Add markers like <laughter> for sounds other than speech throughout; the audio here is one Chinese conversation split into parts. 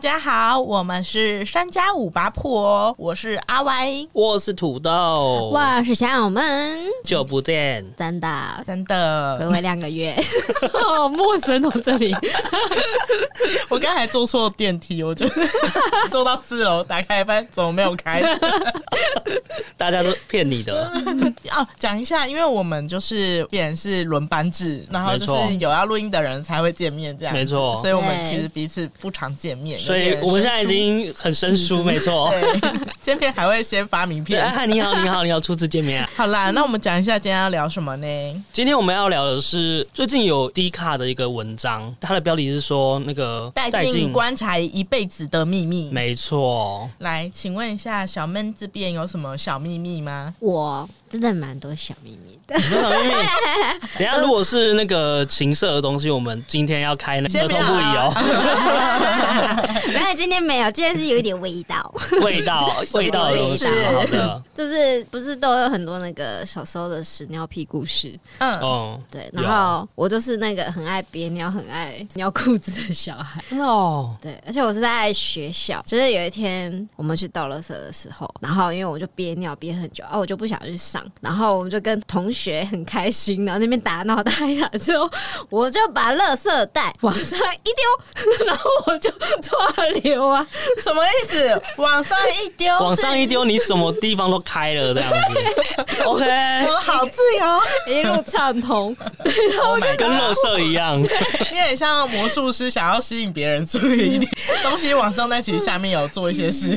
家好，我们是三加五八婆，我是阿歪，我是土豆，我是小友们，久不见，真的真 <laughs> 回的，味两个 <laughs> 月，哦，陌生哦这里，我刚才坐错电梯，我就是 <laughs> 坐到四楼，打开发现怎么没有 <laughs> 开大家都骗你的，哦。讲一下，因为我们就是变成是轮班制，然后就没错是有要录音的人才会见面，这样子没错所以我们对其实彼此不常见面，所有以点我们现在已生疏经很生疏，没错。 <laughs> 对见面还会先发名对，哎片。嗨，你好，你好，你好，初次见面啊！好啦，那我们讲一下今天要聊什么呢？今天我们要聊的是最近有低卡的一个文章，它的标题是说那个带进，观察一辈子的秘密。没错，来，请问一下，小闷这边有什么小秘密吗？我真的蛮多小秘密的， <laughs> 你说什么秘密？等一下如果是那个情色的东西，我们今天要开那先儿不童要不宜哦，没有今天没有，今天是有一点味道， <laughs> 味道味道的东西，什么好意的，就是不是都有很多那个小时候的屎尿屁故事， <laughs> 嗯，嗯，对，然后我就是那个很爱憋尿、很爱尿裤子的小孩。哦，对，而且我是在学校，就是有一天我们去倒垃圾的时候，然后因为我就憋尿憋很久，啊，我就不想去上，然后我们就跟同学很开心，然后那边打闹打一打之后，我就把垃圾袋往上一丢， <laughs> 然后我就抓流啊，什么意思？往上一丢，往上一丢，你什么地方都开了这样子，OK，是，我好自由，一路畅通。跟乐色一样，你很像魔术师，想要吸引别人注意力，东西往上，但其实下面有做一些事。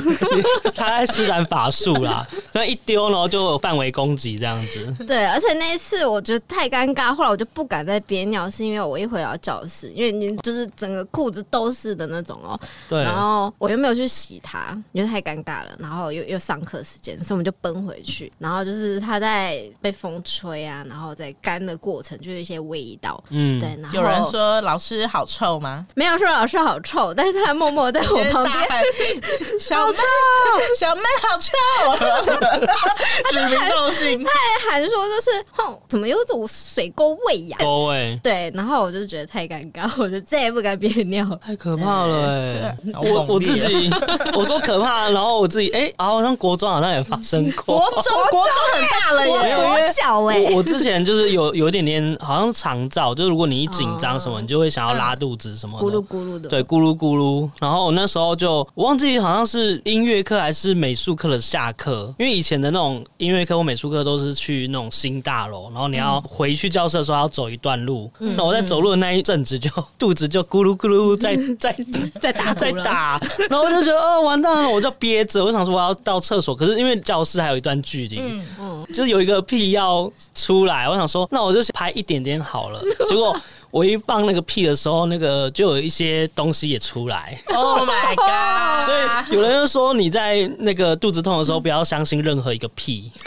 他在施展法术啦，所以一丢呢就有范围攻击这样子，对，而且那一次我觉得太尴尬，后来我就不敢再憋尿，是因为我一回到教室，因为你就是整个裤子都是的那种哦、对，然后我又没有去洗它，因为太尴尬了。然后又又上课时间，所以我们就奔回去。然后就是它在被风吹啊，然后在干的过程就有一些味道。嗯，对，然后有人说老师好臭吗？没有说老师好臭，但是他默默在我今天旁大边，喊小妹，小妹好臭，指名道姓。他喊说就是，哼，怎么有种水沟味 <laughs> 呀、各位对，然后我就觉得太尴尬，我就再也不敢憋尿了。太可怕了哎、这个我好猛烈我自己我说可怕，然后我自己哎、好像国中好像也发生国过。中，国中很大了我耶，我小哎、我我之前就是有有一点点好像肠燥，就是如果你一紧张什么，哦你就会想要拉肚子什么的，咕噜咕噜的，对，咕噜咕噜。然后我那时候就我忘记好像是音乐课还是美术课的下课，因为以前的那种音乐课或美术课都是去那种新大楼，然后你要回去教室的时候要走一段路。嗯那我在走路的那一阵子就 <laughs> 肚子就咕噜咕噜 <laughs> 在在再打在呼了，打，然后我就觉得哦完蛋了，我就憋着，我想说我要到厕所，可是因为教室还有一段距离，嗯嗯，就是有一个屁要出来，我想说，那我就拍一点点好了。结果我一放那个屁的时候，那个就有一些东西也出来， Oh my god！所以有人就说你在那个肚子痛的时候不要相信任何一个屁。 <laughs>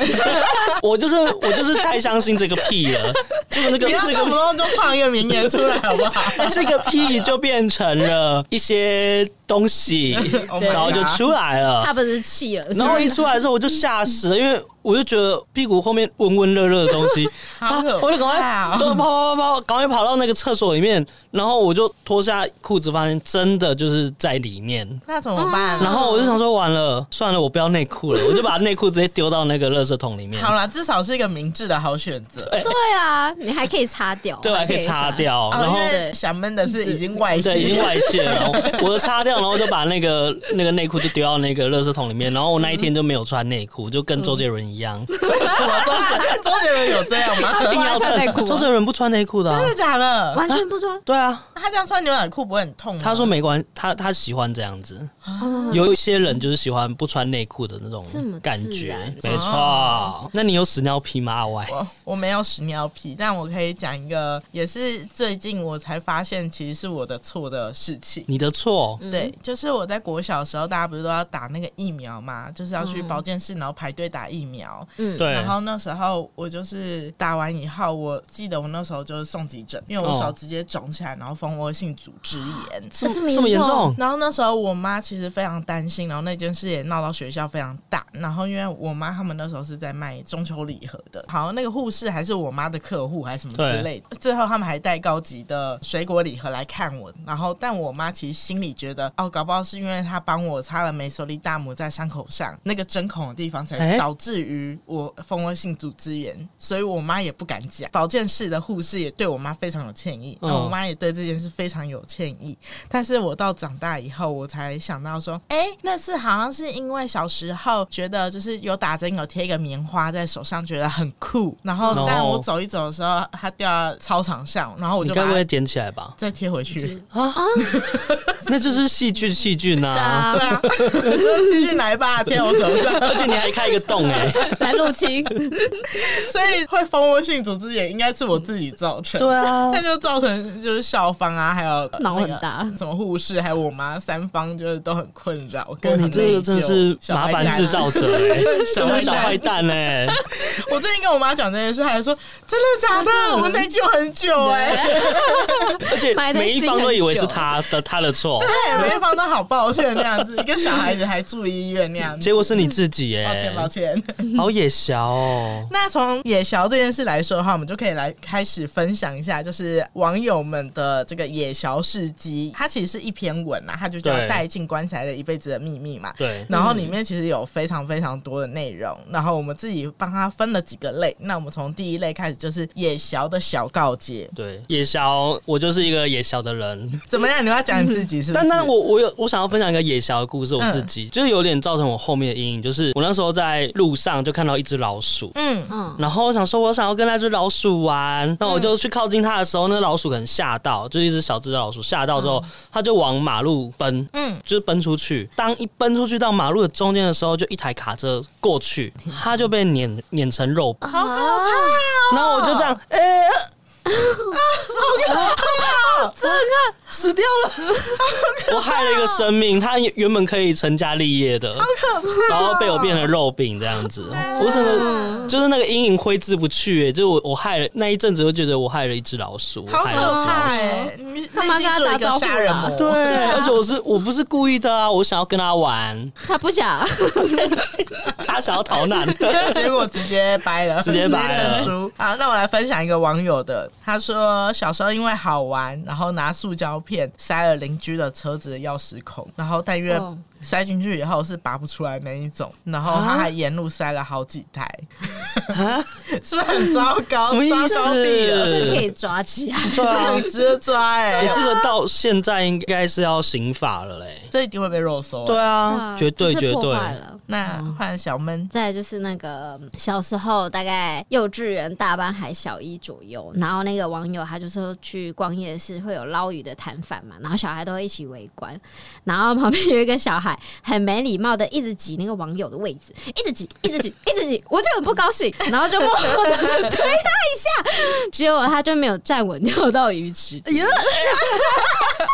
我就是我就是太相信这个屁了，就是那个不要这动不个动就创一个名言出来，好不好？ <laughs> 这个屁就变成了一些东西， Oh my 然后就 God 出来了。他不是气呃了，然后一出来之后我就吓死了，因为我就觉得屁股后面温温热热的东西， <laughs> 好可怕哦 <laughs> 我就赶快就跑跑跑跑，赶快跑到那个厕所里面，然后我就脱下裤子，发现真的就是在里面。 <laughs> 那怎么办？啊然后我就想说，完了，算了，我不要内裤了，我就把内裤直接丢到那个垃圾桶里面。好啦，至少是一个明智的好选择。对啊，你还可以擦掉，对，还可以擦。掉，哦然后因为想闷的是已经外泄，对，已经外 <laughs> 泄了。然后我就擦掉，然后就把那个那个内裤就丢到那个垃圾桶里面。然后我那一天就没有穿内裤，就跟周杰伦一样，嗯 <laughs> 周周杰伦有这样 <laughs> 吗？硬要穿内裤穿。啊周杰伦不穿内裤的啊，真的假的？ <laughs> 完全不穿，对啊，他这样穿牛仔裤不会很痛吗？他说没关，他他喜欢这样子。有一些人就是喜欢不穿内裤的那种这么感自觉然，没错。那你有屎尿屁吗？阿歪，我我没有屎尿屁，但我可以讲一个，也是最近我才发现其实是我的错的事情。你的错，对，嗯就是我在国小的时候，大家不是都要打那个疫苗嘛，就是要去保健室，然后排队打疫苗。苗， <laughs> 嗯，对然后那时候我就是打完以后，我记得我那时候就是送急诊，因为我哦手直接肿起来，然后蜂窝性组织炎。这么这么严这么严重重？然后那时候我妈其实非常担心，然后那件事也闹到学校非常大。然后因为我妈他们那时候是在卖中秋礼盒的，好像那个护士还是我妈的客户还是什么之类的。最后他们还带高级的水果礼盒来看我，然后但我妈其实心里觉得，哦，搞不好是因为她帮我擦了梅索利大姆在伤口上那个针孔的地方，才哎导致于我蜂窝性组织炎，所以我妈也不敢讲。保健室的护士也对我妈非常有歉意，嗯然后我妈也对这件事非常有歉意。但是我到长大以后，我才想到说，哎、那是好像是因为小时候觉得就是有打针有贴一个棉花在手上，觉得很酷。然后哦，但我走一走的时候，它掉到操场上，然后我你就该把不会它捡起来吧？再贴回去。那就是细菌细菌 <laughs> 啊，啊对，啊，我就是去来吧，贴我手上，而且你还开一个洞哎、 <laughs> 来 <laughs> 入侵，所以会蜂窝性组织炎应该是我自己造成的。对啊那，就造成就是校方啊，还有那脑很个大什么护士，还有我妈三方就是都很困扰。哇跟哦你很这个内真的疚是小麻坏烦蛋制造者哎、 <laughs> 小什坏蛋么小坏蛋哎、 <laughs> 我最近跟我妈讲这件事，她还说真的假的，我内疚很久哎、而且埋在每一心方都很以为是久他的他的错，对，每一方都好抱歉那样子，一个小孩子还住医院那样子。结果是你自己抱歉，哎、抱歉。 <laughs> 好野小哦。那从野小这件事来说的话，我们就可以来开始分享一下，就是网友们的这个野小事迹。它其实是一篇文啊啦，它就叫对《带进棺材的一辈子的秘密》嘛。对，然后里面其实有非常非常多的内容，然后我们自己帮它分了几个类。那我们从第一类开始，就是野小的小告诫，对，野小，我就是一个野小的人。怎么样？你要讲你自己是不是？但但我我有我想要分享一个野小的故事，我自嗯己己、就是有点造成我后面的阴影，就是我那时候在路上就看到一只老鼠。嗯，嗯，然后我想说，我想要跟那只老鼠玩，那我就去靠近它的时候，那老鼠可能吓到，就一只小只的老鼠吓到之后，它就往马路奔，嗯嗯，就是奔出去。当一奔出去到马路的中间的时候，就一台卡车过去，它就被碾碾成肉饼，好可怕！哦然后我就这样，哎、死掉了，我害了一个生命。他原本可以成家立业的，好可怕、然后被我变成肉饼这样子，我整个就是那个阴影挥之不去、欸。就我我害了那一阵子，就觉得我害了一只老鼠，我好害了一可只怕老鼠。哎！你他妈内心跟他做一打招个呼杀人啦魔，对，而且我是我不是故意的啊，我想要跟他玩，他 <laughs> 不想， <laughs> 他想要逃难。结果直接掰了，直接掰了认嗯输。好，那我来分享一个网友的，他说小时候因为好玩，然后拿塑胶片塞了邻居的车子的钥匙孔，然后但因为哦啊塞进去以后是拔不出来那一种，然后他还沿路塞了好几台， <laughs> 是不是很糟糕？什么意思糟糕毙了可以抓起来，对啊，很值得抓哎、哎、啊这个到现在应该是要刑法了嘞。这一定会被肉搜、对，啊，哇绝对这是绝破对。坏了。那换小闷。再来就是那个嗯小时候大概幼稚园大班还小一左右，然后那个网友他就说去逛夜市会有捞鱼的摊贩嘛，然后小孩都会一起围观，然后旁边有一个小孩很没礼貌的一直挤那个网友的位置，一直挤，一直挤，一直挤，我就很不高兴，然后就默默的推他一下，结果他就没有站稳，掉到鱼池底。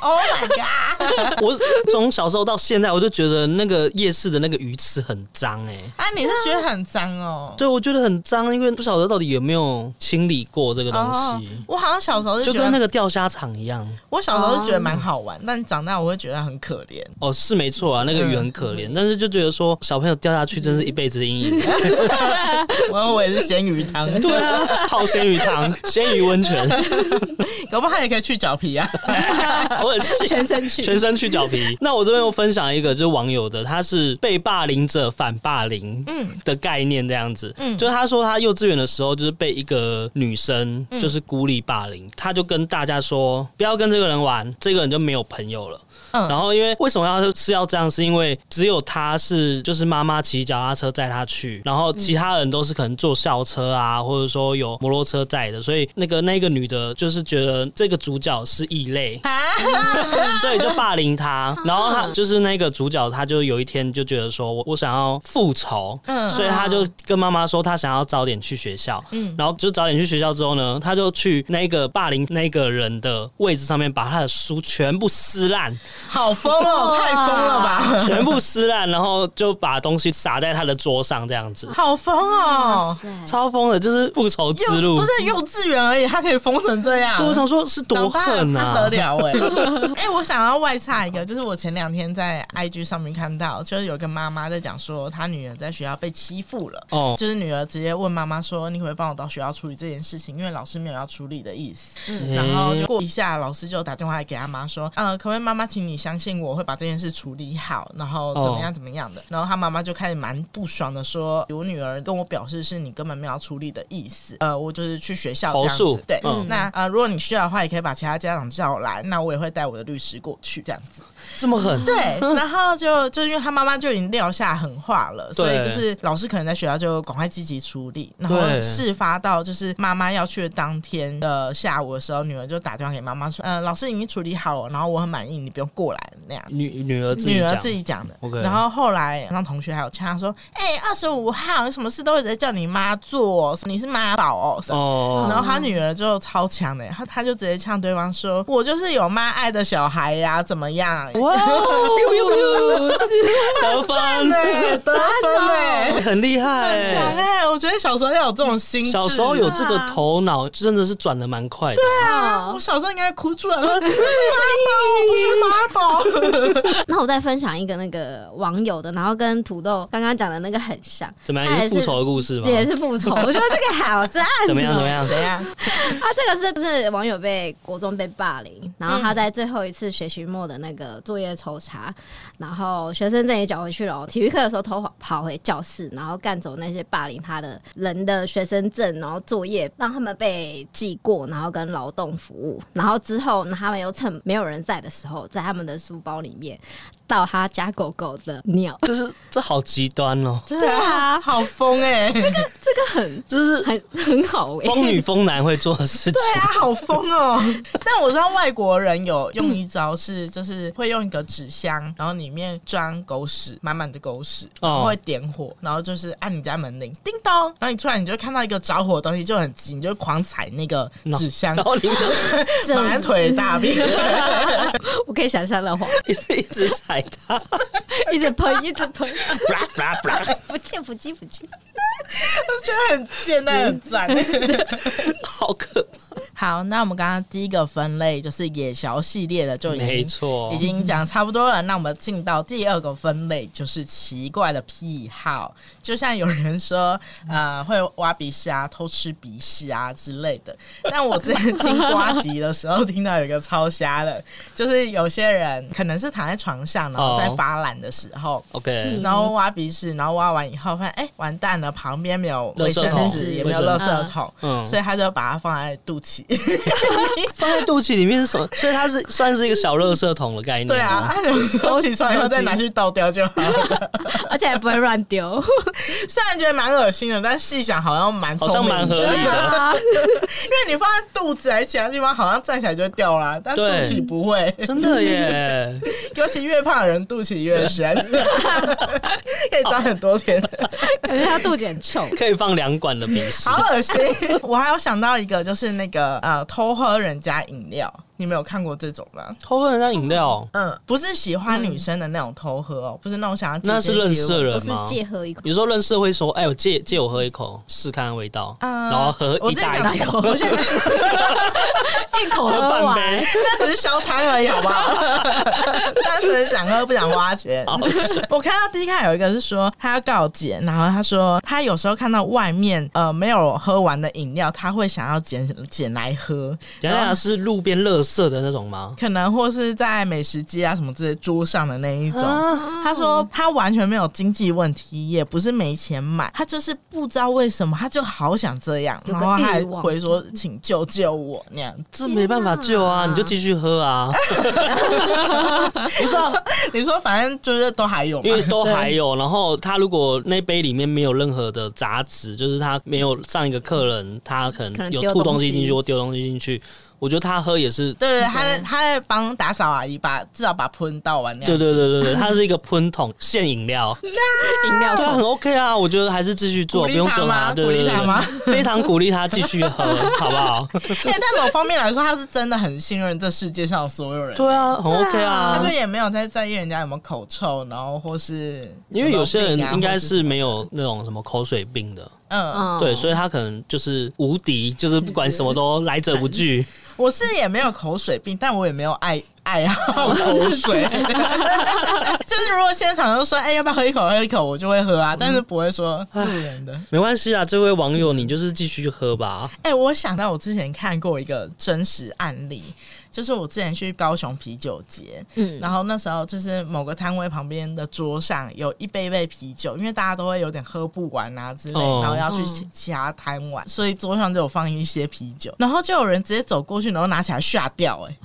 Oh my god！我从小时候到现在，我就觉得那个夜市的那个鱼池很脏哎、啊，你是觉得很脏哦？对，我觉得很脏，因为不晓得到底有没有清理过这个东哦西，我好像小时候就就觉得跟那个钓虾场一样。我小时候是觉得蛮好玩，但长大我会觉得很可怜。 <laughs> 哦，是没错啊，那个鱼很可嗯怜，但是就觉得说小朋友掉下去真是一辈子的阴影。我我也是咸鱼汤，对啊， <laughs> 泡鲜鱼汤、鲜鱼温 <laughs> 泉，搞不好也可以去脚皮 <laughs> 啊。我也是全 <laughs> 身去，全身去脚皮。那我这边又分享一个，就是网友的，他是被霸凌者反霸凌，的概念这样子。嗯，就是他说他幼稚园的时候，就是被一个女生就是孤立霸凌，他就跟大家说不要跟这个人玩，这个人就没有朋友了。嗯然后因为为什么要是要这样，是因为只有他是就是妈妈骑脚踏车载他去，然后其他人都是可能坐校车啊，或者说有摩托车载的，所以那个那个女的就是觉得这个主角是异类，<laughs> 所以就霸凌他。嗯然后他就是那个主角，他就有一天就觉得说我我想要复仇，嗯所以他就跟妈妈说他想要早点去学校，然后就早点去学校之后呢，他就去那个霸凌 <laughs> 那个人的位置上面把他的书全部撕烂，好疯哦，太疯了吧！吧？全部撕烂，然后就把东西撒在他的桌上，这样子。好疯哦！超疯的，就是复仇幼之路不。是幼稚园而已，他可以疯成这样。对，我想说是多长大恨了啊！不得了 <laughs> 哎、哎、我想要外插一个，就是我前两天在 IG 上面看到，就是有个妈妈在讲说，她女儿在学校被欺负了。哦，就是女儿直接问妈妈说：“你可不可以帮我到学校处理这件事情？因为老师没有要处理的意思。嗯然后哎就过一下，老师就打电话给他妈说：“呃，可不可以妈妈，请你相信我会把这件事处理好，然后怎哦么样怎么样的。然后他妈妈就开始蛮不爽的说：“我女儿跟我表示是你根本没有要处理的意思，呃，我就是去学校这样投诉子。对，嗯那呃，如果你需要的话，也可以把其他家长叫来，那我也会带我的律师过去这样子。”这么狠， <laughs> 对，然后就就因为他妈妈就已经撂下狠话了，所以对就是老师可能在学校就赶快积极处理，然后对事发到就是妈妈要去的当天的下午的时候，女儿就打电话给妈妈说：“嗯、老师已经处理好了，然后我很满意，你不用过来了那样。”女女儿自己女儿讲自己讲的 OK 然后后来让同学还有呛她说：“哎、二十五号你什么事都会直接叫你妈做，你是妈宝哦。什么哦，然后他女儿就超强的，她她就直接呛对方说：“我就是有妈爱的小孩呀、怎么样？”哇，哦得分，对， <laughs> 得分哎、很厉害很强欸。哎、我觉得小时候要有这种心智。小时候有这个头脑，真的是转的蛮快的。 <laughs> 啊，我小时候应该哭出 <laughs> 来啊了。妈宝，我是妈宝。那我再分享一个那个网友的，然后跟土豆刚刚讲的那个很像，怎么样？他也也是复仇的故事吗？也是 <laughs> 复仇。我觉得这个好赞、怎么样？怎么？样？怎样？他这个是不是网友被国中被霸凌，然后他在最后一次学期末的那个作业抽查，然后学生证也缴回去了哦，体育课的时候偷跑回教室，然后干走那些霸凌他的人的学生证，然后作业让他们被记过，然后跟劳动服务，然后之后呢他们又趁没有人在的时候，在他们的书包里面倒他家狗狗的尿，这是这好极端哦，对 <laughs> 啊，好疯哎、欸！这是 <laughs> 很很好哎、疯女疯男会做的事情。对啊，好疯哦！ <laughs> 但我知道外国人有用一招是，就是会用一个纸箱，然后里面装狗屎，满满的狗屎，哦然后会点火，然后就是按你家门铃，叮咚，然后你突然你就会看到一个着火的东西，就很急，你就狂踩那个纸 <laughs> 箱然，后你这满腿大便。 <laughs> 我可以想象的话，一直一直踩他，一直喷，一直喷，啪啪啪， <laughs> 不见不见不见。觉得很贱，但很 <laughs> 赞。好可怕！好，那我们刚刚第一个分类就是野小系列的，就已经没错已经讲差不多了。那我们进到第二个分类，就是奇怪的癖好，就像有人说，呃，会挖鼻屎啊、偷吃鼻屎啊之类的。但我之前听瓜集的时候，听到有一个超瞎的，就是有些人可能是躺在床上，然后在哦发懒的时候， OK，然后挖鼻屎，然后挖完以后发现，哎、完蛋了，旁边没有卫生嗯垃圾纸，桶也没有卫垃生圾桶，嗯所以他就把它放在肚脐。放在肚脐里面是什么？所以它是算是一个小热射桶的概 <laughs> 念。对啊，，他嗯就收起床以后再拿去倒掉就好 <laughs> 了。而且还不会乱丢，虽然觉得蛮恶心的，但细想好像蛮聪好像明的蛮合理的。 <laughs> 因为你放在肚子还是其他地方，好像站起来就掉啦，但肚对脐不 <laughs> 会。真的耶！尤其越胖的人肚脐越 <laughs> 深，可以抓很多天。感觉他肚子很臭。可以放两管的鼻屎。好恶心！我还有想到一个，就是那个呃，偷喝人家饮料，你们有看过这种吗？偷喝人家饮哦料，嗯，不是喜欢女生的那种偷喝哦，不是那种想要那是认识的我人是吗？借喝一口，有时候认识会说：“哎、我借借我喝一口，试看看味道。啊然后喝我一之大前 <laughs> 一讲口，过，我现在一哎口喝半杯，那只是消摊而已，好不好？单纯想喝不想花钱。哦我看到 D 卡有一个是说他要告解，然后他说他有时候看到外面呃没有喝完的饮料，他会想要捡捡来喝，等一下是路边垃圾的那种吗？可能或是在美食街啊什么之类桌上的那一种。他说他完全没有经济问题，也不是没钱买，他就是不知道为什么他就好想这样，有然个后他还欲望回说请救救我那样。这没办法救啊，天哪你就继续喝 <laughs> 啊，你说你说反正就是都还有嘛，因为都还对有。然后他如果那杯里面没有任何的杂质，就是他没有上一个客人，他可可能能有丢吐东东西进去西或丢东西进去，我觉得他喝也是，对对，他在他在帮打扫阿姨把至少把喷倒完那样。对对对对对，它是一个喷筒现 <laughs> 饮料，饮料对啊，桶很 OK 啊，我觉得还是继续做，鼓不励用他整吗对鼓励对对他吗 <laughs> 对，非常鼓励他继续喝，好不好？哎、但某方面来说，他是真的很信任这世界上的所有人。对啊，很 OK 他啊就，也没有在在意人家有没有口臭，然后或是因为有些人没病啊应该或是没有那种什么口水病的，嗯，嗯对，所以他可能就是无敌，就是不管什么都来者 <laughs> 不拒。我是也没有口水病，但我也没有爱 <laughs> 爱好口 <laughs> 水。 <laughs> 就是如果现场就说，哎、要不要喝一口？喝一口，我就会喝嗯啊，但是不会说路人的。没关系啊，这位网友，你就是继续喝吧。哎、我想到我之前看过一个真实案例，就是我之前去高雄啤酒节，嗯然后那时候就是某个摊位旁边的桌上有一杯杯啤酒，因为大家都会有点喝不完啊之类，哦然后要去其其他摊玩，所以桌上就有放一些啤酒，然后就有人直接走过去，然后拿起来吓掉、哎，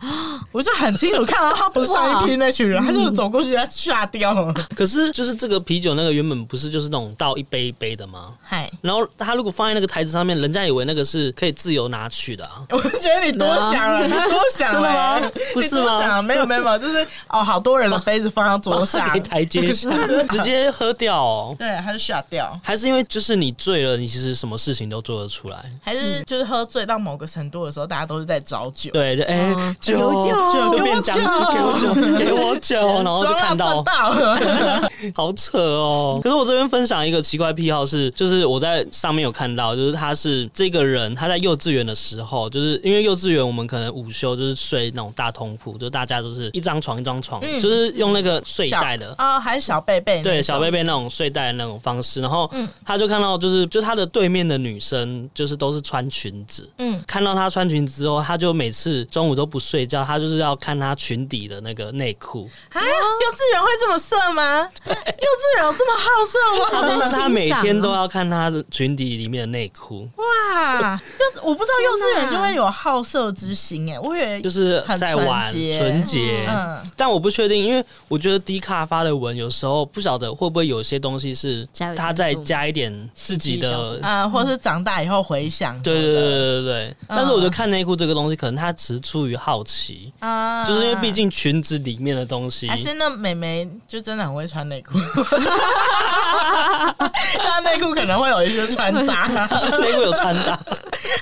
我就很清楚看到他不是上一批那群人，他就是走过去他吓掉了，可是就是这个啤酒那个原本不是就是那种倒一杯一杯的吗？嗨。然后他如果放在那个台子上面，人家以为那个是可以自由拿取的、啊。我觉得你多想啊了，你多想了、真的吗哎不是你吗多想了没有没有，没有就是哦，好多人的杯子放到桌上， <laughs> 给台阶下，直接喝掉哦。 <laughs> 对，他就吓掉，还是因为就是你醉了，你其实什么事情都做得出来。还是就是喝醉到某个程度的时候，大家都是在找酒，对，就哎、嗯酒有酒就变僵尸，给给我我酒酒，给我酒，哦啊然后就看到赚到 <laughs> 了，好扯哦。可是我这边分享一个奇怪癖好是，就是我在上面有看到，就是他是这个人他在幼稚园的时候，就是因为幼稚园我们可能午休就是睡那种大通铺，就大家都是一张床一张床，嗯就是用那个睡袋的。啊，哦还是小贝贝那种，对小贝贝那种睡袋的那种方式，然后嗯他就看到就是就他的对面的女生就是都是穿裙子，嗯，看到她穿裙子之后，他就每次中午都不睡觉，他就是要看她裙底的那个内裤。啊，幼稚园会这么色吗？幼稚园有这么好色他吗？在欣赏他哦每天都要看她的裙底里面的内裤，哇，幼我不知道幼稚园天哪就会有好色之心哎，我以为就是很在玩纯洁纯洁。嗯但我不确定，因为我觉得迪卡发的文有时候不晓得会不会有些东西是加油他再加一点自己的。啊，或是长大以后回想，对对对对对嗯对，但是我觉得看内裤这个东西，可能他只是出于好奇，啊，就是因为毕竟裙子里面的东西，还是那美眉就真的很会穿内 <laughs> 裤，她内裤可能会有一些穿 <laughs> 搭，内裤有穿 <laughs> 搭。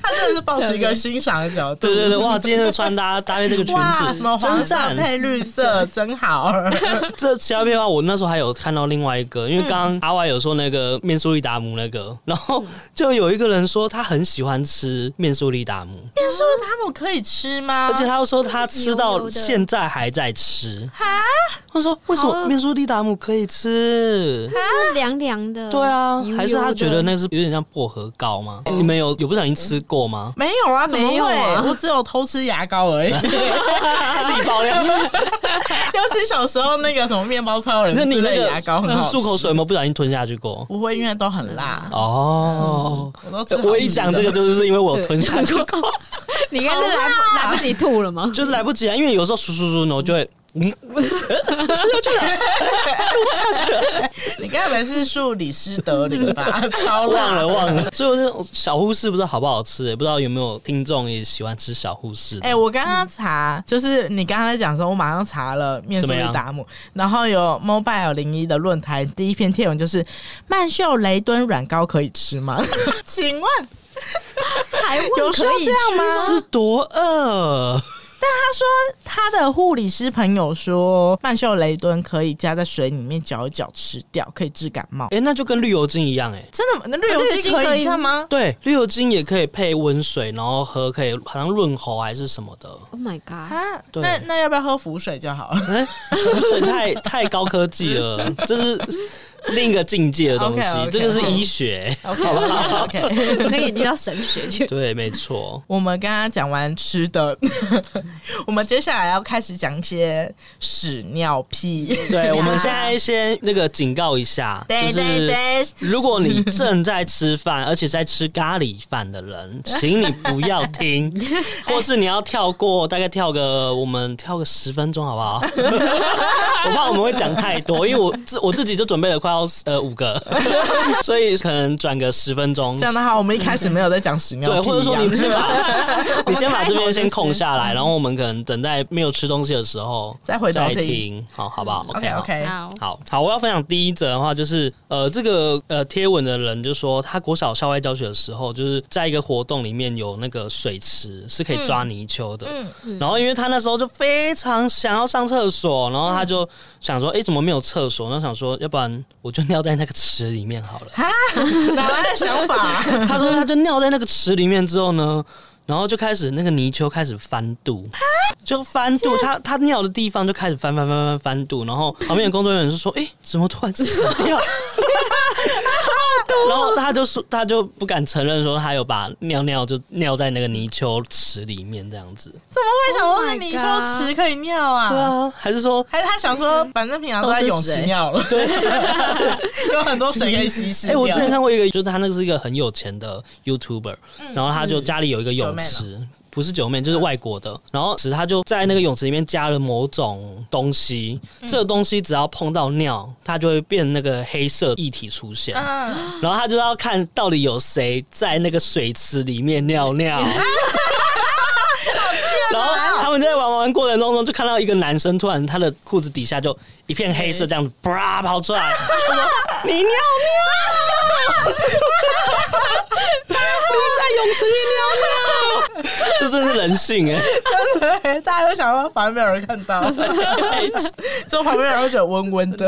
她真的是保持一个欣赏的角度。对对对，哇！今天的穿搭搭配这个裙哇，子，什么黄真色赞！配绿色，真好。这其他变化，我那时候还有看到另外一个，因为嗯刚刚阿外有说那个面苏利达姆那个，然后就有一个人说他很喜欢吃面苏利达姆，面说他们可以吃吗？啊而且他又说他吃牛到油的现在还在吃。哈，他说为什么好面苏利达姆可以吃？是凉凉的，对啊油油，的还是他觉得那是有点像薄荷膏吗？你们有有不小心吃过吗？没有啊，怎么没会？有啊我只有偷吃牙膏 <laughs> 而已。 <laughs> 自己爆料，尤其小时候那个什么面包超人那你之那类个嗯的牙膏很好嗯吃漱口水有没有不小心吞下去过？不会，因为都很 <laughs> 辣。哦，我都吃好吃的。我一讲这个，就是因为我吞下去过。你刚才来不好辣来不及吐了吗？ <laughs> 就是来不及啊，因为有时候数数数，然后就会嗯， <laughs> 你该不会是树李斯德林 <laughs> 吧？超忘辣 <laughs> 了忘了。所以我就小护士不知道好不好吃、也不知道有没有听众也喜欢吃小护士的。哎、我刚刚查，就是你刚刚在讲的时候，我马上查了面试怎么样的达姆，嗯然后有 Mobile 零一的论坛第一篇贴文就是曼秀雷敦软膏可以吃吗？ <laughs> 请问还有问需要可这以样吗？是多饿，他的护理师朋友说，曼秀雷敦可以加在水里面搅一搅吃掉，可以治感冒。哎、那就跟绿油精一样、哎，真的吗？那绿油绿精油精可可以以这样吗？对，绿油精也可以配温水，然后喝可以好像润喉还是什么的。 ？Oh my god！啊，对那那要不要喝浮水就 <laughs> 好了哎、浮水太太高科技了，这是另一个境界的东西 OK，OK，这个是医学。 ？OK OK。那个已经到神学去，对，没错。 <laughs> 我们刚刚讲完吃的， <laughs> 我们接下来要开始讲一些屎尿屁。对，我们啊现在先那个警告一下，就对是对对，如果你正在吃饭， <laughs> 而且在吃咖喱饭的人，请你不要听，或是你要跳过，大概跳个我们 <laughs> 跳个十分钟好不好？我怕我们会讲太多，因为我自我自己就准备了快快要呃五个， <laughs> 所以可能转个十分钟这。样的话，我们一开始没有在讲屎尿屁一对，样，或者说你先把 <laughs> 你先把这边先空下我们来，开头就是然后我们可能等待没有吃东西的时候再回头再听听，好好不好 OK 好 OK，好，好好，我要分享第一则的话，就是呃，这个呃贴文的人就说，他国小校外教学的时候，就是在一个活动里面有那个水池是可以抓泥鳅的。嗯然后，因为他那时候就非常想要上厕所，然后他嗯就想说，哎、怎么没有厕所？然后想说，要不然我就尿在那个池里面好了。哪来的想法？ <laughs> 他说他就尿在那个池里面之后呢，然后就开始那个泥鳅开始翻肚，就翻肚，他他尿的地方就开始翻翻翻翻翻肚，然后旁边的工作人员就说：“诶，怎么突然死掉？” <laughs> 然后他就说，他就不敢承认说他有把尿尿就尿在那个泥鳅池里面这样子。怎么会想说 Oh 是 my 泥鳅池可以尿啊？对啊，还是说，还是他想说，反正平常都在泳池尿了，对， <laughs> 有很多水可以稀释诶，掉。哎我之前看过一个，就是他那个是一个很有钱的 YouTuber，、然后他就家里有一个泳池，不是九妹，就是外国的。然后池他就在那个泳池里面加了某种东西，这个东西只要碰到尿，它就会变那个黑色液体出现。嗯，然后他就要看到底有谁在那个水池里面尿尿。然后他们在玩玩过程当中，就看到一个男生突然他的裤子底下就一片黑色，这样子啪跑出来，他说：“你尿 <laughs> 尿，你在泳池里尿尿，这真是人性哎、对，大家都想说，反正没有人看 <laughs> 到，之后旁边人会觉得温温的。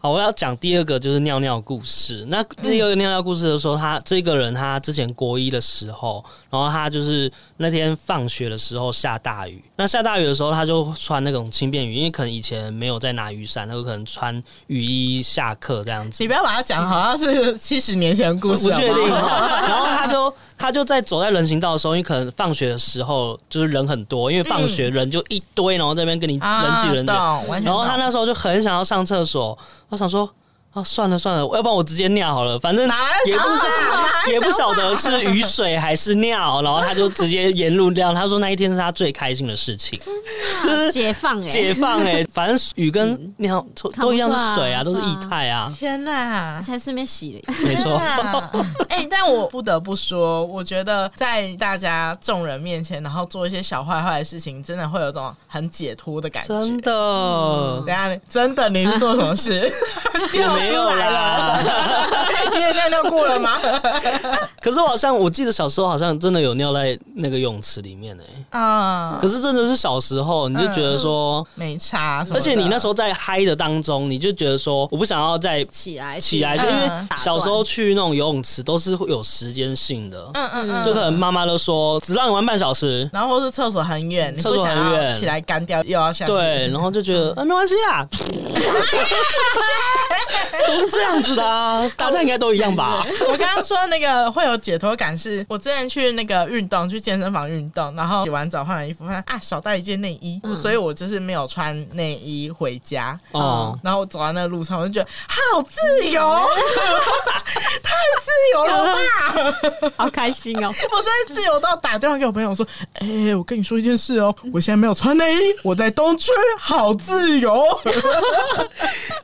好，我要讲第二个就是尿尿故事。那第二个尿尿故事的时候，他这个人他之前国一的时候，然后他就是那天放学的时候下大雨，那下大雨的时候他就穿那种轻便雨，因为可能以前没有在拿雨伞，他有可能穿雨衣下课这样子。你不要把它讲好像是七十年前的故事，不确好定吗哈。然后他就他就在走在人行道的时候，因为可能放学的时候就是人很多，因为放学人就一堆，然后在那边跟你人挤人挤。嗯啊懂完全然后他懂那时候就很想要上厕所，我想说。啊，算了算了，要不然我直接尿好了，反正哪有也不想法也不晓得是雨水还是尿，然后他就直接沿路尿。他说那一天是他最开心的事情，嗯就是解放哎、解放哎、反正雨嗯跟尿都看不都一样出是来水啊，都是对啊液态啊，天哪！才顺便洗了一嗯下，没 <laughs> 错。哎、但我不得不说，我觉得在大家众人面前，然后做一些小坏坏的事情，真的会有种很解脱的感觉。真的，等一下，你真的你是做什么 <laughs> 事？也掉没 <laughs> 有出来了，你也尿尿过了 <laughs> 吗？可是我好像我记得小时候好像真的有尿在那个泳池里面哎、啊、可是真的是小时候，你就觉嗯得说，没差什么的。啊而且你那时候在嗨的当中，你就觉得说，我不想要再起来起来，就嗯因为打小时候去那种游泳池都是会有时间性的，嗯嗯嗯，就可能妈妈都说只让你玩半小时，然后或是厕所很远，你厕不所想很要远起来干掉，又要下去。对，然后就觉得啊没关系啦， <laughs> 都是这样子的啊，大家应该都一样吧？我刚刚说那个会有解脱感是，我之前去那个运动，去健身房运动，然后洗完澡换了衣服，发现啊少带一件内衣，所以我就是没有穿内衣回家。哦、然后我走在那个路上，我就觉得好自由， <laughs> 太自由了吧！ <laughs> 好开心哦、我现在自由到打电话给我朋友说：“哎、我跟你说一件事哦，我现在没有穿内衣，我在东区，好自由，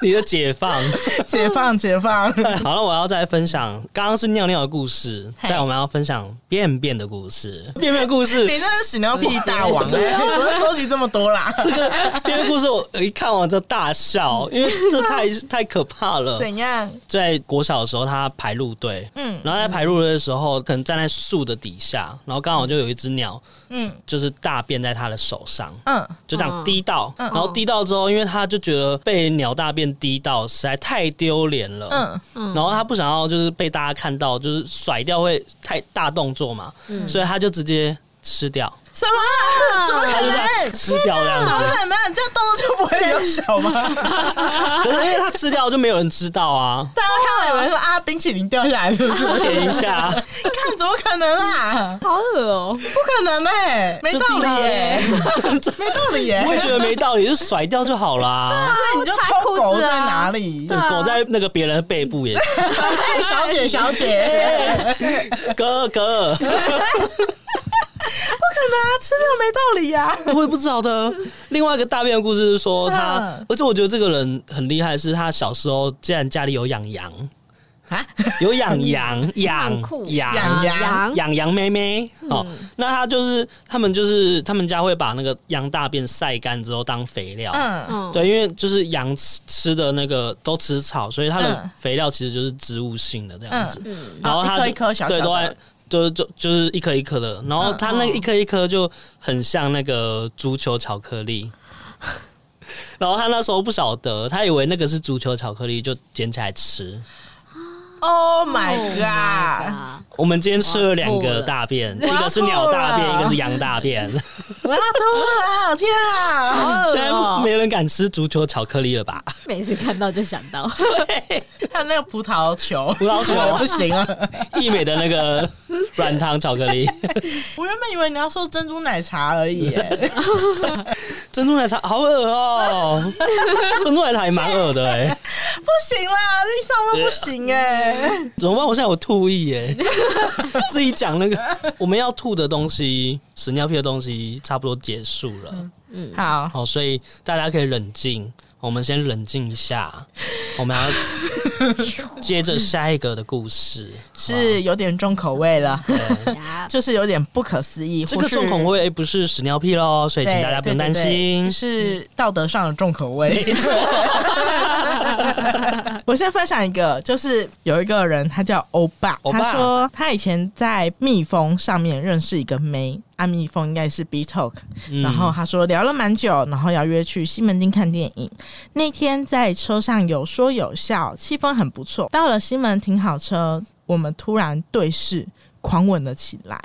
你的解放。解放，解放。好了，我要再分享，刚刚是尿尿的故事，嘿再我们要分享便便的故事。便便的故”事你，真是屎尿屁大王、哎，怎么收集这么多啦？ <laughs> <laughs> 这个便便故事，我一看完就大笑，因为这太 <laughs> 太可怕了。怎样？在国小的时候，他排路队，嗯嗯，然后在排路队的时候，可能站在树的底下，然后刚好就有一只鸟，嗯就是大便在他的手上，嗯，就这样嗯滴到，然后滴到之后，因为他就觉得被鸟大便滴到实在太丢脸了，嗯嗯，然后他不想要就是被大家看到，就是甩掉会太大动作嘛，所以他就直接吃掉，什么？怎么可他就能这样？吃掉这样怎么子，可能？这样动作就不会流小 <laughs> 吗？，可是因为他吃掉就没有人知道啊大家看到有人说啊，冰淇淋掉下来是 <laughs> 不是？舔一下，看怎么可能啦？好恶 <laughs> 哦、不可能哎、没就道滴理到了耶、这没道理耶、 <laughs> 我也觉得没道理，就甩掉就好啦。啊所以你就偷狗在哪里？对，狗在那个别人的背部也，哎，小 <laughs> 哎姐，小姐，哥哥，啊，吃这没道理呀、啊。我也不知道的。另外一个大便的故事是说他嗯，而且我觉得这个人很厉害，是他小时候竟然家里有养羊，啊，有养羊， <laughs> 养很酷羊养羊嗯羊养羊妹妹哦，那他就是他们就是他们家会把那个羊大便晒干之后当肥料，嗯，嗯，对，因为就是羊吃吃的那个都吃草，所以它的嗯哦肥料其实就是植物性的这样子，嗯，然后它一颗一颗小小对的都在。就是就就是一颗一颗的，然后嗯它那嗯一颗一颗就很像那个足球巧克 <laughs> 力，然后他那时候不晓得，他以为那个是足球巧克力，就捡起来吃。 Oh my Oh god！ my god 我们今天吃了两我要吐个了大便，我要一个是鸟大吐便，了一个是羊 <laughs> 大便。我要吐了，天啊！好 <laughs> 现恶在哦 <laughs> 没人敢吃足球巧克力了吧？每次看到就想到，还有那个葡萄球，葡萄球我不行 <laughs> 了。益啊美的那个软糖巧克力。 <laughs> 我原本以为你要说珍珠奶茶而已耶，珍珠奶茶好恶哦、珍珠奶茶也蛮恶的哎、不行啦，一上都不行哎。怎么办？我现在有吐 <laughs> 意哎、自己讲那个我们要吐的东西，屎尿屁的东西差不多结束了，嗯，好， <laughs> 好，所以大家可以冷静，我们先冷静一下，我们要 <laughs> 接着下一个的故事，是有点重口味了， <laughs> 呀 <laughs> 就是有点不可思议。这或个是重口味、哎不是屎尿屁喽，所以请对大家不用对担对对心。是道德上的重口 <laughs> 味。 <laughs> 我先分享一个，就是有一个人，他叫欧巴，欧巴他说他以前在蜜蜂上面认识一个妹，啊，蜜蜂应该是 B Talk，嗯然后他说聊了蛮久，然后要约去西门町看电影。那天在车上有说有笑，气氛很不错。到了西门停好车，我们突然对视。狂吻了起来，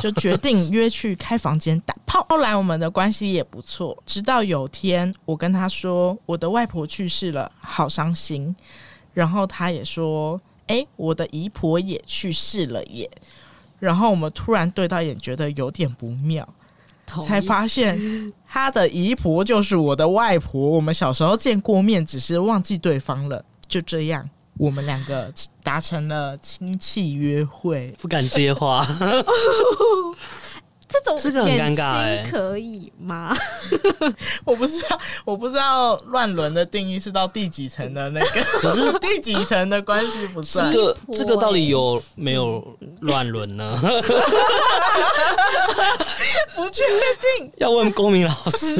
就决定约去开房间打炮。后来我们的关系也不错，直到有天我跟他说我的外婆去世了，好伤心。然后他也说，哎、我的姨婆也去世了耶。然后我们突然对到眼，觉得有点不妙。同意才发 <laughs> 现他的姨婆就是我的外婆，我们小时候见过面，只是忘记对方了。就这样，我们两个达成了亲戚约会。不敢接话，这种这个很尴尬点哎心可以吗？ <laughs> 我不知道，我不知道乱伦的定义是到第几层的那个，可是 <laughs> 第几层的关系不这算。个婆这个到底嗯有没有乱伦呢？ <laughs> 不确定，要问公民老 <laughs> 师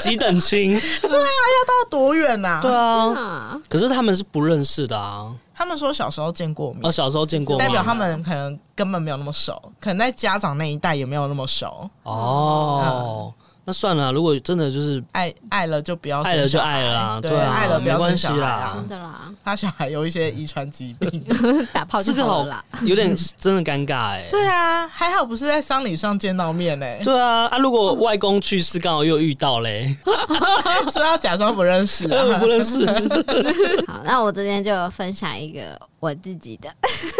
几等亲？啊要到多远呐、对啊，啊，可是他们是不认识的啊。他们说小时候见过面我，小时候哦见过嗯吗，代表他们可能根本没有那么熟，可能在家长那一代也没有那么熟。哦。嗯那算了啊，如果真的就是爱爱了就不要爱了就生小孩爱了啊，对，啊，爱了不没要关生系小孩啊啦真。的啦，他小孩有一些遗传疾病。 <laughs> 打炮这就个好好了啦。有点真的尴尬 <laughs> 哎。对啊，还好不是在丧礼上见到面呢、 <laughs> 对啊，啊，如果外公去世刚好又遇 <laughs> 到嘞，啊所以要假装不认识、哎 <laughs> 我啊不。认识好，那我这边就分享一个我自己的，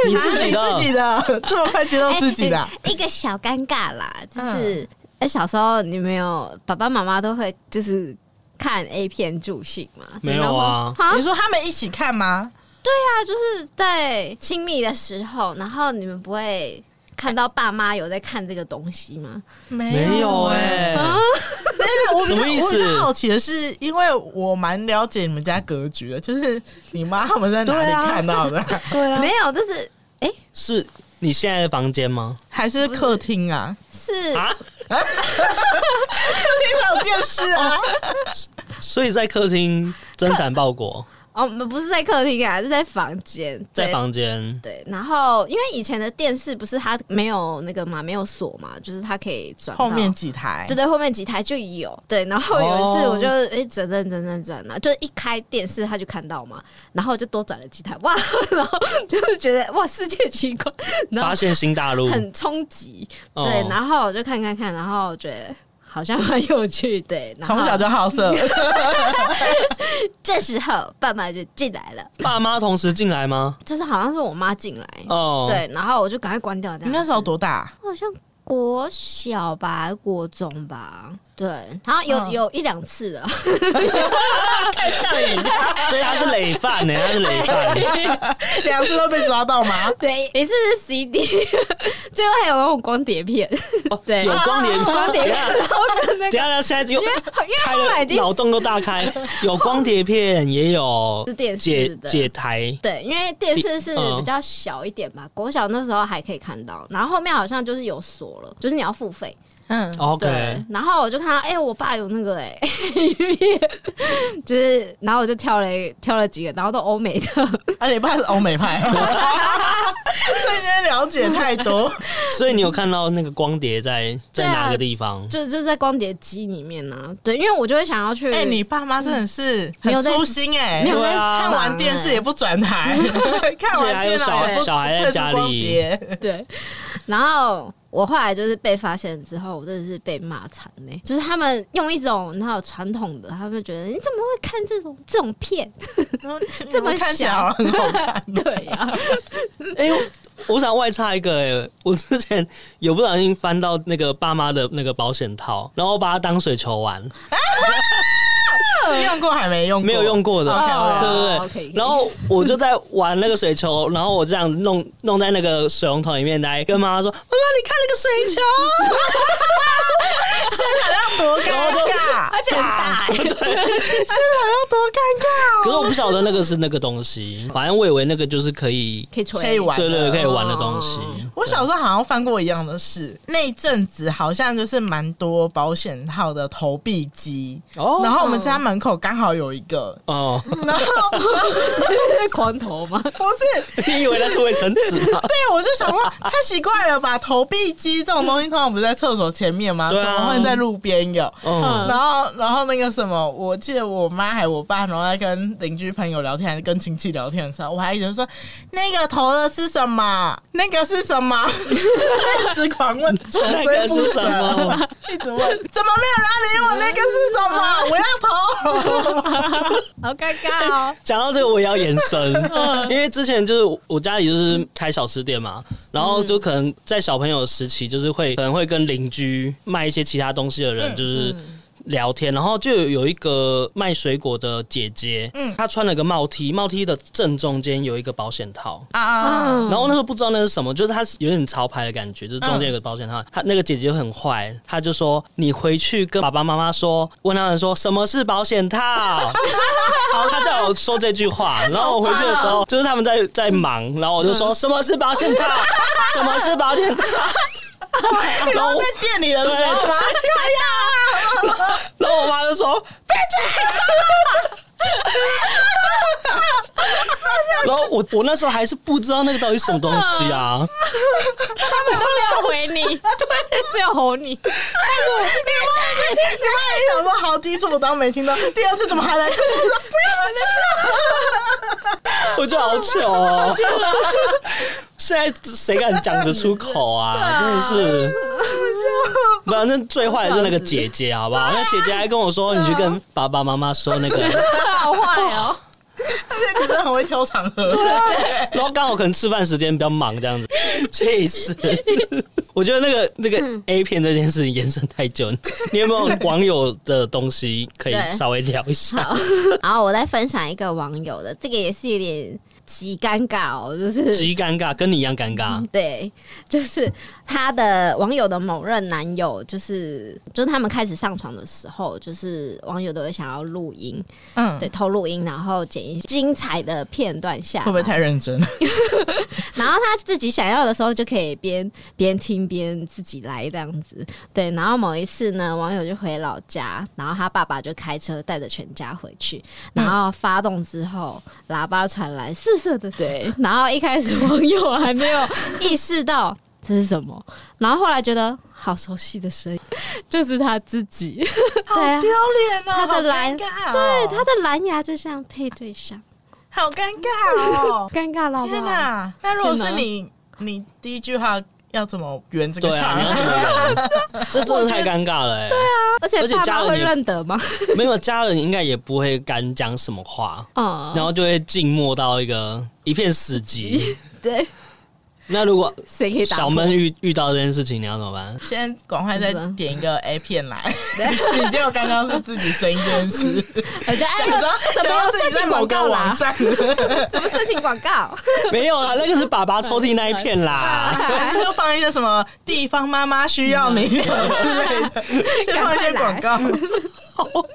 你自己啊的哎你自己的，这么快接哦到自己的啊、 <laughs> <laughs> 一个小尴尬啦，嗯就是、哎，小时候你没有爸爸妈妈都会就是看 A 片助兴嘛？没有啊然后你说他们一起看吗？那啊就是在亲密的时候，然后你们不会看到爸妈有在看这个东西吗？没没有哎，啊那我比较什么意思我比较好奇的是，因为我蛮了解你们家格局的，就是 <laughs> 你妈他们在哪里对啊看到的，对啊没，有，就是是你现在的房间吗？ <laughs> 还是客厅啊？是、啊，客厅才有电视啊！哦所以在客厅真产报国，哦，不是在客厅啊，是在房间，在对房间对，然后因为以前的电视不是它没有那个嘛，没有锁嘛，就是它可以转到后面。几台对对，后面几台就有对，然后有一次我就哎转转转转转然后就一开电视他就看到嘛，然后我就多转了几台哇， <laughs> 然后就是觉得哇世界奇观，然发后现新大陆，很冲击，哦对，然后我就看看看，然后觉得好像蛮有趣，对，然后从小就好色，这时候爸爸就进来了，爸妈同时进来吗？就是好像是我妈进来，哦，，对，然后我就赶快关掉 <laughs> 这你 <laughs> 样子。那时候多大啊、好像国小吧，国中吧，对，然后有、嗯有一两次了，太上瘾，所以他是累犯呢、他是累犯。两次都被抓到吗？对，一次是 CD，最后还有那种光碟片， <laughs> 对，哦有光碟片光碟 <laughs> 片，然后跟等那一个，下，他现在 <laughs> 又因为因为开后来了已经脑洞都大 <laughs> 开，有光碟片，也有是电视解的解台。对，因为电视是嗯比较小一点嘛，国小那时候还可以看到，然后后面好像就是有锁了，就是你要付费。嗯， OK，对，然后我就看到，哎、我爸有那个哎、 <laughs> 就是，然后我就挑了一挑了几个，然后都欧美的，而且啊怕是欧美 <laughs> 派，瞬间了解太多。所以你有看到那个光碟在在对啊哪个地方？就就是在光碟机里面呢、啊。对，因为我就会想要 <laughs> 去，哎、你爸妈真的是没很有在粗心哎、没有在对啊看放完哎电视也不转台， <laughs> 看而且完还有电脑也小不小孩在家退出光里，碟 <laughs> 对，然后我后来就是被发现之后，我真的是被骂惨呢。就是他们用一种那种传统的，他们觉得你怎么会看这种这种片？ <laughs> 然后这么看起来小。好像很好看对啊呀、哎、我想外插一个、欸，我之前有不小心翻到那个爸妈的那个保险套，然后把它当水球玩，是用过还没用过？没有用过的。 OK，OK，OK 对对对 OK，OK 然后我就在玩那个水球，然后我这样弄弄在那个水龙头里面，来跟妈妈说：“妈妈，你看那个水球。”多尴尬，而且很大、欸，现场要多尴尬、哦。 <laughs> 可是我不晓得那个是那个东西，反正我以为那个就是可以，可以吹，可以玩对对，的可以玩的东西。 <laughs> 我小时候好像犯过一样的事，那一阵子好像就是蛮多保险套的投币机，哦然后我们家门口刚好有一个，哦，然后 <laughs> <laughs> 狂投吗？不是， <laughs> 你以为那是卫生纸吗？对啊我就想说太奇怪了吧，投币机这种东西通常不是在厕所前面吗？对啊怎么会在路边有？ <laughs> 嗯，然后，然后那个什么，我记得我妈还有我爸，然后在跟邻居朋友聊天，还是跟亲戚聊天的时候，我还一直说那个投的是什么，那个是什么，一直狂问，穷那追个不是舍什，么？ <laughs> 一直问，怎么没有人理我？那个是什 <laughs> 么？我要投。好尴尬哦！ <laughs> 讲到这个，我也要延伸，因为之前就是我家里就是开小吃店嘛，然后就可能在小朋友时期，就是会可能会跟邻居卖一些其他东西的人，就是。聊天，然后就有一个卖水果的姐姐，嗯，她穿了个帽 T，帽 T 的正中间有一个保险套， <laughs> 啊， <laughs> 嗯然后那时候不知道那是什么，就是它是有点潮牌的感觉，就是中间有个保险嗯套。她那个姐姐就很坏，她就说你回去跟爸爸妈妈说，问他们说什么是保险套。 <laughs> 她叫我说这句话，然后我回去的时 <laughs> 哦候，就是他们在在忙，然后我就说什么是保险套，什么是保险套。然后在店里的时 <laughs> 候对吗？哎呀，然后我妈就说：“闭嘴！”然后我我那时候还是不知道那个到底什么东西啊，他们都没有回 <laughs> 你，对，只有吼你。哎第一次想说好，第一次我当没听到，第二次怎么还来？第三次说不要再这样。 <laughs> 我就好糗、哦。现在谁敢讲得出口啊？真的是。反正最坏的是那个姐姐，好不好？那姐姐还跟我说，你去跟爸爸妈妈说那个，好坏哦！你真的很会挑场合。啊然后刚好可能吃饭时间比较忙，这样子，气死！我觉得那个那个 A 片这件事情延伸太久，你有没有网友的东西可以对稍微聊一下？然后我再分享一个网友的，这个也是有点极尴尬哦，就是极尴尬，跟你一样尴嗯尬。对，就是他的网友的某任男友，就是就是他们开始上床的时候，就是网友都会想要录音，嗯，对，啊偷录音，然后剪一些精彩的片段下来，会不会太认真？ <laughs> 然后他自己想要的时候就可以边边听边自己来这样子，对。然后某一次呢，网友就回老家，然后他爸爸就开车带着全家回去，然后发动之后，喇叭传来瑟瑟的对，然后一开始网友还没有意识到这是什么，然后后来觉得好熟悉的声音， <laughs> 就是他自己，好对啊丢脸哦，他的好来尴尬对哦，他的蓝牙就像配对上，，好尴尬哦尴尬了好不天好？哪！那如果是天哪你，你第一句话要怎么圆这个对场啊，你？要怎么聊？这真的太尴尬了、欸。对啊，而且而且爸家妈人会也认得吗？ <laughs> 没有家人应该也不会敢讲什么话，嗯， <laughs> 然后就会静默到一个一片死寂。对。那如果谁可以打破小闷遇遇到这件事情，你要怎么 <laughs> 办？ <laughs> 先赶快再是吧点一个 A 片来， <laughs> 洗掉刚刚是自己声音这件 <laughs> 事，我觉得 <laughs> 哎，假装假怎么装有自己色在情某广个告啦网？站，怎么色情广告？没有啦，那个是爸爸抽屉那一片 <laughs> 啊啦。 <laughs> 还是就放一些什么地方妈妈需要 <laughs> 你什么之类的，先放一些广告。 <laughs>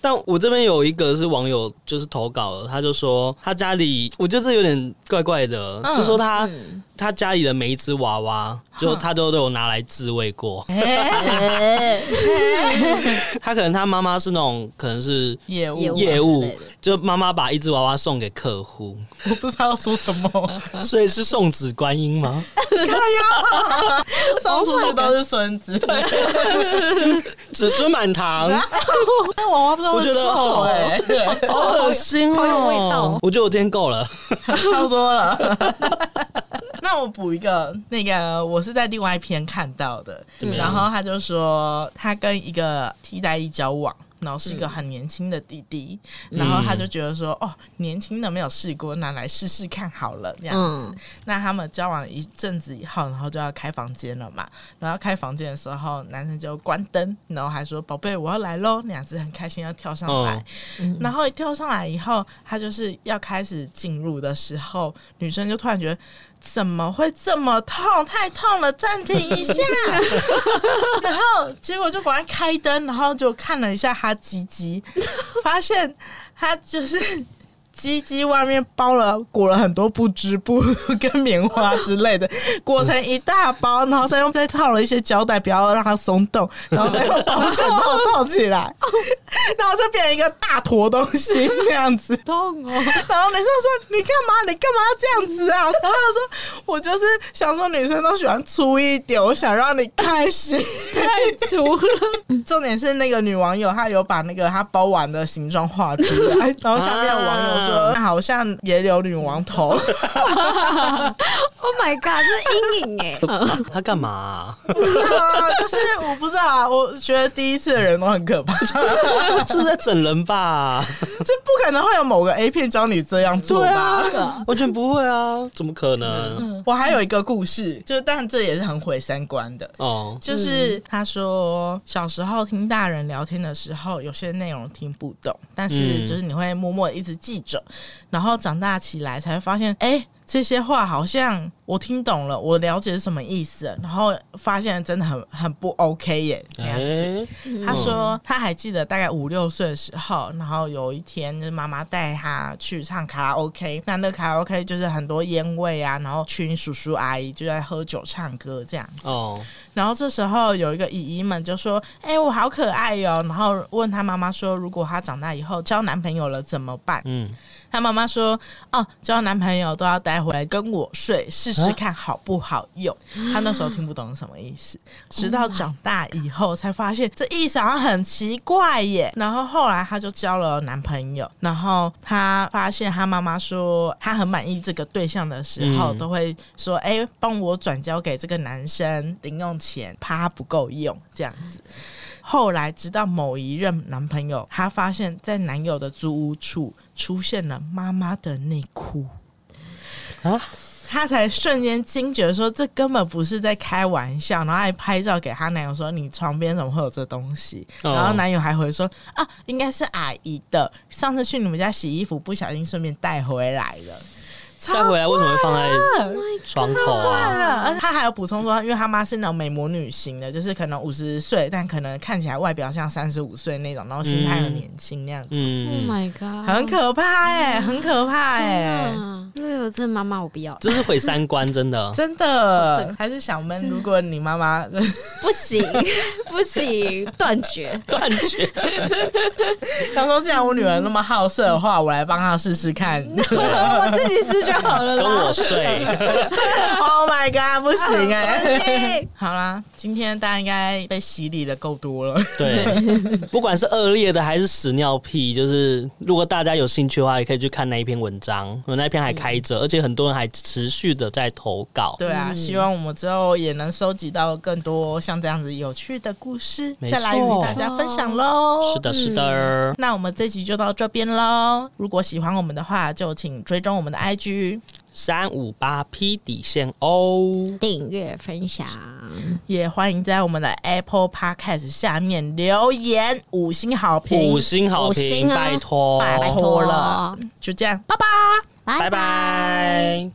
但我这边有一个是网友就是投稿了，他就说他家里，我觉得这有点怪怪的，嗯就说他、他家里的每一只娃娃，就他都都有拿来自慰过。嗯哎哎 <laughs> 他可能他妈妈是那种可能是业务，业务啊业之务类的，就妈妈把一只娃娃送给客户，我不知道说什么， <laughs> 所以是送子观音吗？ <laughs> 送出去都是孙子。子孙满 <laughs> 堂。那娃娃不知道我觉会得臭好哎，好恶心好有味哦道！我觉得我今天够了。差不多了。 <laughs> 那我补一个，那个我是在另外一篇看到的，么样然后他就说他跟一个替代役交往。然后是一个很年轻的弟弟，然后他就觉得说，哦，年轻的没有试过，拿来试试看好了，这样子。嗯，那他们交往一阵子以后，然后就要开房间了嘛。然后开房间的时候，男生就关灯，然后还说：“宝贝，我要来喽！”两只很开心要跳上来。嗯然后一跳上来以后，他就是要开始进入的时候，女生就突然觉得。怎么会这么痛？太痛了，暂停一下。然后结果就赶快开灯，然后就看了一下他鸡鸡，发现他就是鸡鸡外面包了裹了很多不织布 <laughs> 跟棉花之类的，裹成一大包，然后再用再套了一些胶带，不要让它松动，然后再用保险套套起来，然后就变成一个大坨东西那样子。痛哦，然后女生说：“你干嘛？你干嘛要这样子啊？”然后他说：“我就是想说女生都喜欢粗一点，我想让你开心。”太粗了，重点是那个女网友，她有把那个她包完的形状画出来，然后下面有网友说啊好像野柳女王头， <laughs> ！Oh my god，这是阴影哎。他干嘛啊、就是我不知道啊，我觉得第一次的人都很可怕，这是在整人 <laughs> 吧？就不可能会有某个 A 片教你这样做吧。啊完全不会啊，怎么可嗯能？我还有一个故事，就但这也是很毁三观的，哦，就是嗯他说小时候听大人聊天的时候，有些内容听不懂，但是嗯就是你会默默一直记着，然后长大起来才会发现，哎、这些话好像我听懂了，我了解是什么意思了，然后发现真的很很不 OK 耶，那样子。哎，嗯他 Oh 说他还记得大概五六岁的时候，然后有一天就是妈妈带他去唱卡拉 OK，那那个卡拉 OK 就是很多烟味啊，然后群叔叔阿姨就在喝酒唱歌这样子。哦，然后这时候有一个姨姨们就说：“哎、我好可爱哟、然后问她妈妈说：“如果她长大以后交男朋友了怎么办嗯，？”她妈妈说：“哦，交男朋友都要带回来跟我睡，试试看好不好用。她那时候听不懂是什么意思，直到长大以后才发现这意思好像很奇怪耶。然后后来她就交了男朋友，然后她发现她妈妈说她很满意这个对象的时候，嗯都会说：“哎、帮我转交给这个男生零用钱，怕他不够用这样子。”后来直到某一任男朋友，她发现，在男友的租屋处出现了妈妈的内裤。啊，她才瞬间惊觉说，这根本不是在开玩笑，然后还拍照给她男友说：“你床边怎么会有这东西？”哦然后男友还回说：“啊，应该是阿姨的，上次去你们家洗衣服，不小心顺便带回来了。”带回来为什么会放在超床头啊？了，而且他还有补充说，因为他妈是那种美魔女型的，就是可能五十岁，但可能看起来外表像三十五岁那种，然后心态很年轻那样，嗯，Oh my god，很可怕哎、很可怕哎、爱。如果有这妈妈，我不要，这是毁三观，真的。真的，还是小闷。如果你妈妈， <laughs> 不行 <laughs> 不行，断绝。断绝，他说既然我女儿那么好色的话，我来帮她试试 <laughs> 看。 <laughs> 我自己吃就好了跟啦。我睡， oh my god，不行哎、 <laughs> 哎好啦，今天大家应该被洗礼的够多 <laughs> 了。对，不管是恶劣的还是屎尿屁，就是如果大家有兴趣的话，也可以去看那一篇文章，我那一篇还开着，而且很多人还持续的在投稿。对啊，希望我们之后也能收集到更多像这样子有趣的故事，没再来与错大家分享喽。是的，是嗯的，那我们这集就到这边喽。如果喜欢我们的话，就请追踪我们的 IG，三五八 P 底线 O。订阅分享，也欢迎在我们的 Apple Podcast 下面留言五星好评五，星好五评，星啊拜托，拜拜托托了，就这样，拜拜。拜拜。